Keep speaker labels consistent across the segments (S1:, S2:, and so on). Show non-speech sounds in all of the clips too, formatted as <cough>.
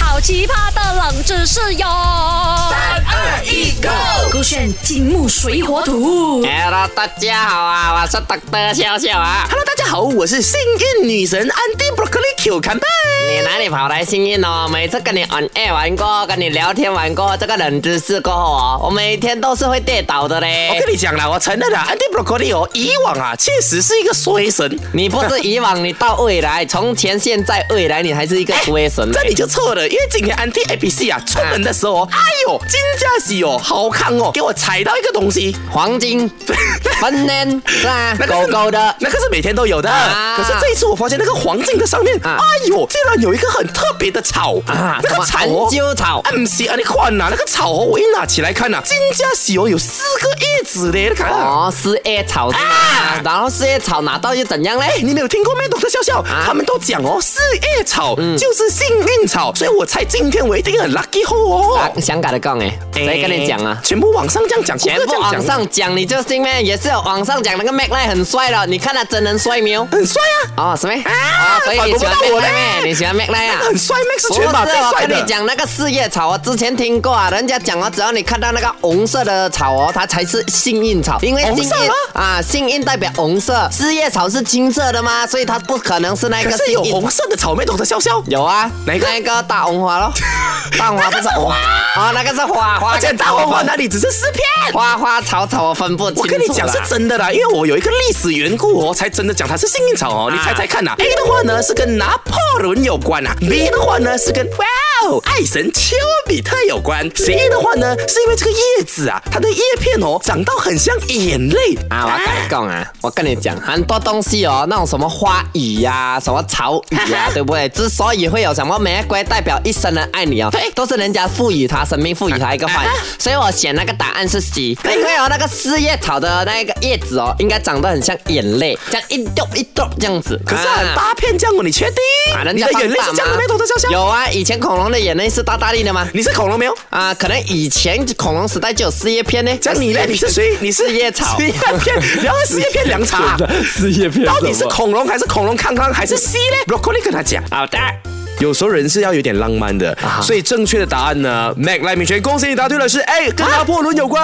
S1: 好奇葩的冷知识哟！三
S2: 二一，Go！
S1: 勾选金木水火
S2: <laughs>
S1: 土。
S2: Hello，大哎家好啊，我是德德笑笑啊。
S3: Hello，大家好，我是幸运女神 Andy Broccoli Q 坎贝。
S2: 你哪里跑来幸运哦？每次跟你 on air 玩过，跟你聊天玩过，这个冷知识过后哦，我每天都是会跌倒的嘞。
S3: 我跟你讲了，我承认了，Andy Broccoli 哦，以往啊确实是一个衰神。
S2: 你不是以往，你到未来，从前、现在、未来，你还是一个衰神嘞。
S3: 哎这你就错了，因为今天 Andy ABC 啊出门的时候，哎呦，金家喜哦，好看哦，给我踩到一个东西，
S2: 黄
S3: <laughs>
S2: 金、粉嫩是啊，
S3: 那个
S2: 狗
S3: 是
S2: 狗的。
S3: 那个是每天都有的。
S2: 啊
S3: 可是这一次我发现那个黄金的上面，
S2: 啊
S3: 哎呦，竟然有一个很特别的草
S2: 啊
S3: 那
S2: 什
S3: 个
S2: 么
S3: 草
S2: 含羞草
S3: 啊，不是啊，你看呐、那个草哦，我一拿起来看呐、金家喜哦，有四个叶子嘞，你看啊。
S2: 哦，四叶草是吗
S3: 啊
S2: 然后四叶草拿到又怎样嘞？
S3: 哎，你没有听过咩？懂得笑笑，
S2: 啊
S3: 他们都讲哦，四叶草
S2: 嗯
S3: 就是幸运草，所以我猜今天我一定很 lucky 后
S2: 啊
S3: 哦。
S2: 香港的杠哎，谁跟你讲啊？
S3: 全部往上这样讲，
S2: 全
S3: 谷
S2: 部
S3: 歌这样
S2: 往
S3: 讲
S2: 上讲，你就信咩？也是有往上讲那个 Mac 赖很帅了，你看他真人帅没有？
S3: 很帅啊，
S2: 哦，什么？
S3: 啊
S2: 哦，所以你喜欢
S3: 反驳不到我
S2: Mac 赖
S3: 嘞
S2: 咩？你喜欢 Mac 赖啊？
S3: 很帅，Max 是
S2: 不是，
S3: 全马最
S2: 我
S3: 帅
S2: 跟你
S3: 的。
S2: 讲那个四叶草，我之前听过啊，人家讲哦，只要你看到那个红色的草哦，它才是幸运草，因为
S3: 红
S2: 幸
S3: 色
S2: 运
S3: 吗
S2: 啊，幸运代表红色，四叶草是金色的嘛，所以它不可能是那
S3: 可
S2: 个
S3: 是
S2: 幸
S3: 有
S2: 运
S3: 红色的草莓，懂得笑笑。
S2: 有啊，
S3: 哪一个
S2: 那个大
S3: <laughs>
S2: 红花咯，大红花不是红啊，那个是花花
S3: 而且
S2: 跟
S3: 大
S2: 草
S3: 黄
S2: 分
S3: 花哪里只是四片？
S2: 花花草草我分不清楚
S3: 我跟你讲是
S2: 啦
S3: 真的啦，因为我有一个历史缘故哦，才真的讲它是幸运草
S2: 啊
S3: 哦。你猜猜看呐、a 的话呢是跟拿破仑有关呐、b
S2: 嗯
S3: 的话呢是跟哇哦爱神丘比特有关，C 的话呢是因为这个叶子啊，它的叶片哦长到很像眼泪
S2: 啊，我跟你讲啊，我跟你讲，很多东西哦，那种什么花语呀、什么草语呀、
S3: <laughs>
S2: 对不对？之所以会有什么玫瑰代表一生的爱你哦，都是人家赋予它生命，赋予
S3: <laughs>
S2: 它一个花语。所以我选那个答案是 C，因为哦，那个四叶草的那个叶子哦，应该长得很像眼泪，这样一滴一滴这样子。
S3: 可是很
S2: 啊
S3: 大片这样哦，你确定？
S2: 啊人
S3: 你
S2: 家
S3: 的眼泪是
S2: 放
S3: 这样
S2: 大
S3: 的
S2: 吗
S3: 没懂得笑笑？
S2: 有啊，以前恐龙的眼泪是大大力的吗？
S3: 你是恐龙没有？
S2: 啊，可能以前恐龙时代就有四叶片呢。
S3: 哎讲你嘞，你是谁？你是
S2: 四叶
S3: <laughs>
S2: 草
S3: 四叶片，然后四叶片凉茶啊，
S2: 四叶片
S3: 到底是恐龙还是恐龙康康还是 C 嘞？Broccoli 跟他讲。
S2: 好的。
S3: 有时候人是要有点浪漫的，所以正确的答案呢，Mac 赖明全，恭喜你答对了，是 A，跟拿破仑有关，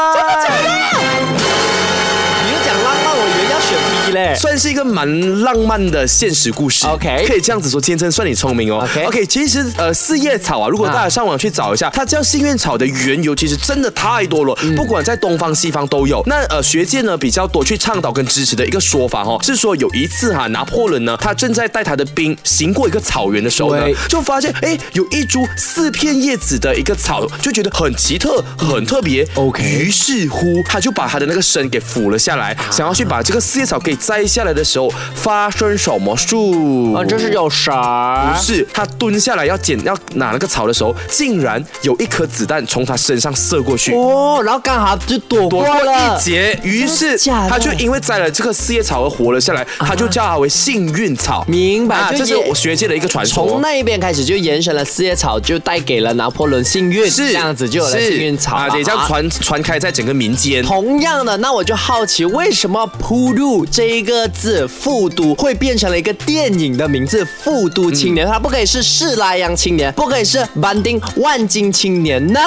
S2: 你又讲浪漫，我以为要选 B 嘞。
S3: 算是一个蛮浪漫的现实故事。
S2: OK
S3: 可以这样子说，今天真算你聪明哦。
S2: OK
S3: 其实呃，四叶草啊，如果大家上网去找一下，它叫幸运草的缘由，其实真的太多了，
S2: 嗯
S3: 不管在东方西方都有。那呃，学界呢比较多去倡导跟支持的一个说法哦，是说有一次哈、拿破仑呢，他正在带他的兵行过一个草原的时候呢
S2: 对，
S3: 就发现哎，有一株四片叶子的一个草，就觉得很奇特、很特别。
S2: OK
S3: 于是乎，他就把他的那个身给俯了下
S2: 啊
S3: 来，想要去把这个四叶草给摘下来的时候，发生什么事？
S2: 哦，就是有啊蛇。
S3: 不是他蹲下来要捡要拿那个草的时候，竟然有一颗子弹从他身上射过去。
S2: 哦，然后刚好就躲
S3: 躲
S2: 过
S3: 过
S2: 了
S3: 一。劫，于是
S2: 真的假的
S3: 他就因为摘了这个四叶草而活了下来，他就叫它为幸运草。
S2: 啊明白
S3: 啊
S2: 就
S3: 这是
S2: 也
S3: 我学界的一个传说
S2: 从。那一边开始就延伸了四叶草，就带给了拿破仑幸运，
S3: 是
S2: 这样子就有了
S3: 是
S2: 幸运草
S3: 啊，也叫传传开在整个民间。
S2: 同样的，那我就好奇，为什么“铺路”这一个字“复读”会变成了一个电影的名字“复读青年”？它不可以是士拉央青年，不可以是班丁万金青年呢？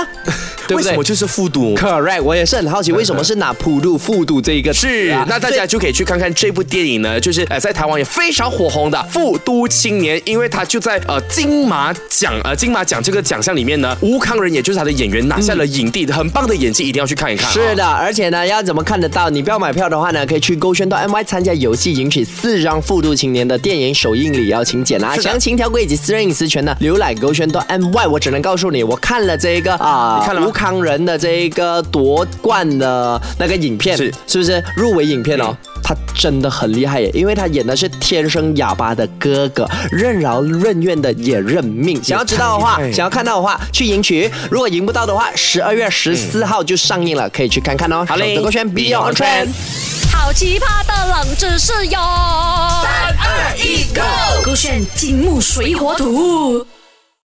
S2: 对
S3: 为
S2: 不
S3: 什
S2: 对
S3: 么就是复读？
S2: ？Correct，我也是很好奇，为什么是拿“铺路”“复读”这一个词
S3: 是
S2: 啊？，
S3: 那大
S2: 所以
S3: 家就可以去看看这部电影呢，就是呃在台湾也非常火红的《复都青年》，因为他就在呃金马奖呃金马奖这个奖项里面呢，吴康仁也就是他的演员拿下了影帝，很棒的演技，一定要去看一看、
S2: 嗯
S3: 啊
S2: 是。的，而且呢，要怎么看得到？你不要买票的话呢，可以去勾圈到 MY 参加游戏，赢取四张《复读青年》的电影首映礼邀请简啊。
S3: 是的
S2: 详情条规以及私人隐私权呢，浏览勾圈到 MY。我只能告诉你，我看了这一个啊，
S3: 你看了吗
S2: 吴康仁的这一个夺冠的那个影片，
S3: 是
S2: 不是入围影片哦？
S3: 嗯
S2: 他真的很厉害耶，因为他演的是天生哑巴的哥哥，任劳任怨的也认命。想要知道的话
S3: 太厉害，了
S2: 想要看到的话，去赢取。如果赢不到的话，十二月十四号就上映了，可以去看看哦。
S3: 好嘞
S2: 手勾选
S3: Beyond
S2: Beyond Trend
S3: Trend。
S1: 好奇葩的冷知识哟！三
S3: 二一 go
S1: 勾选金木水火土。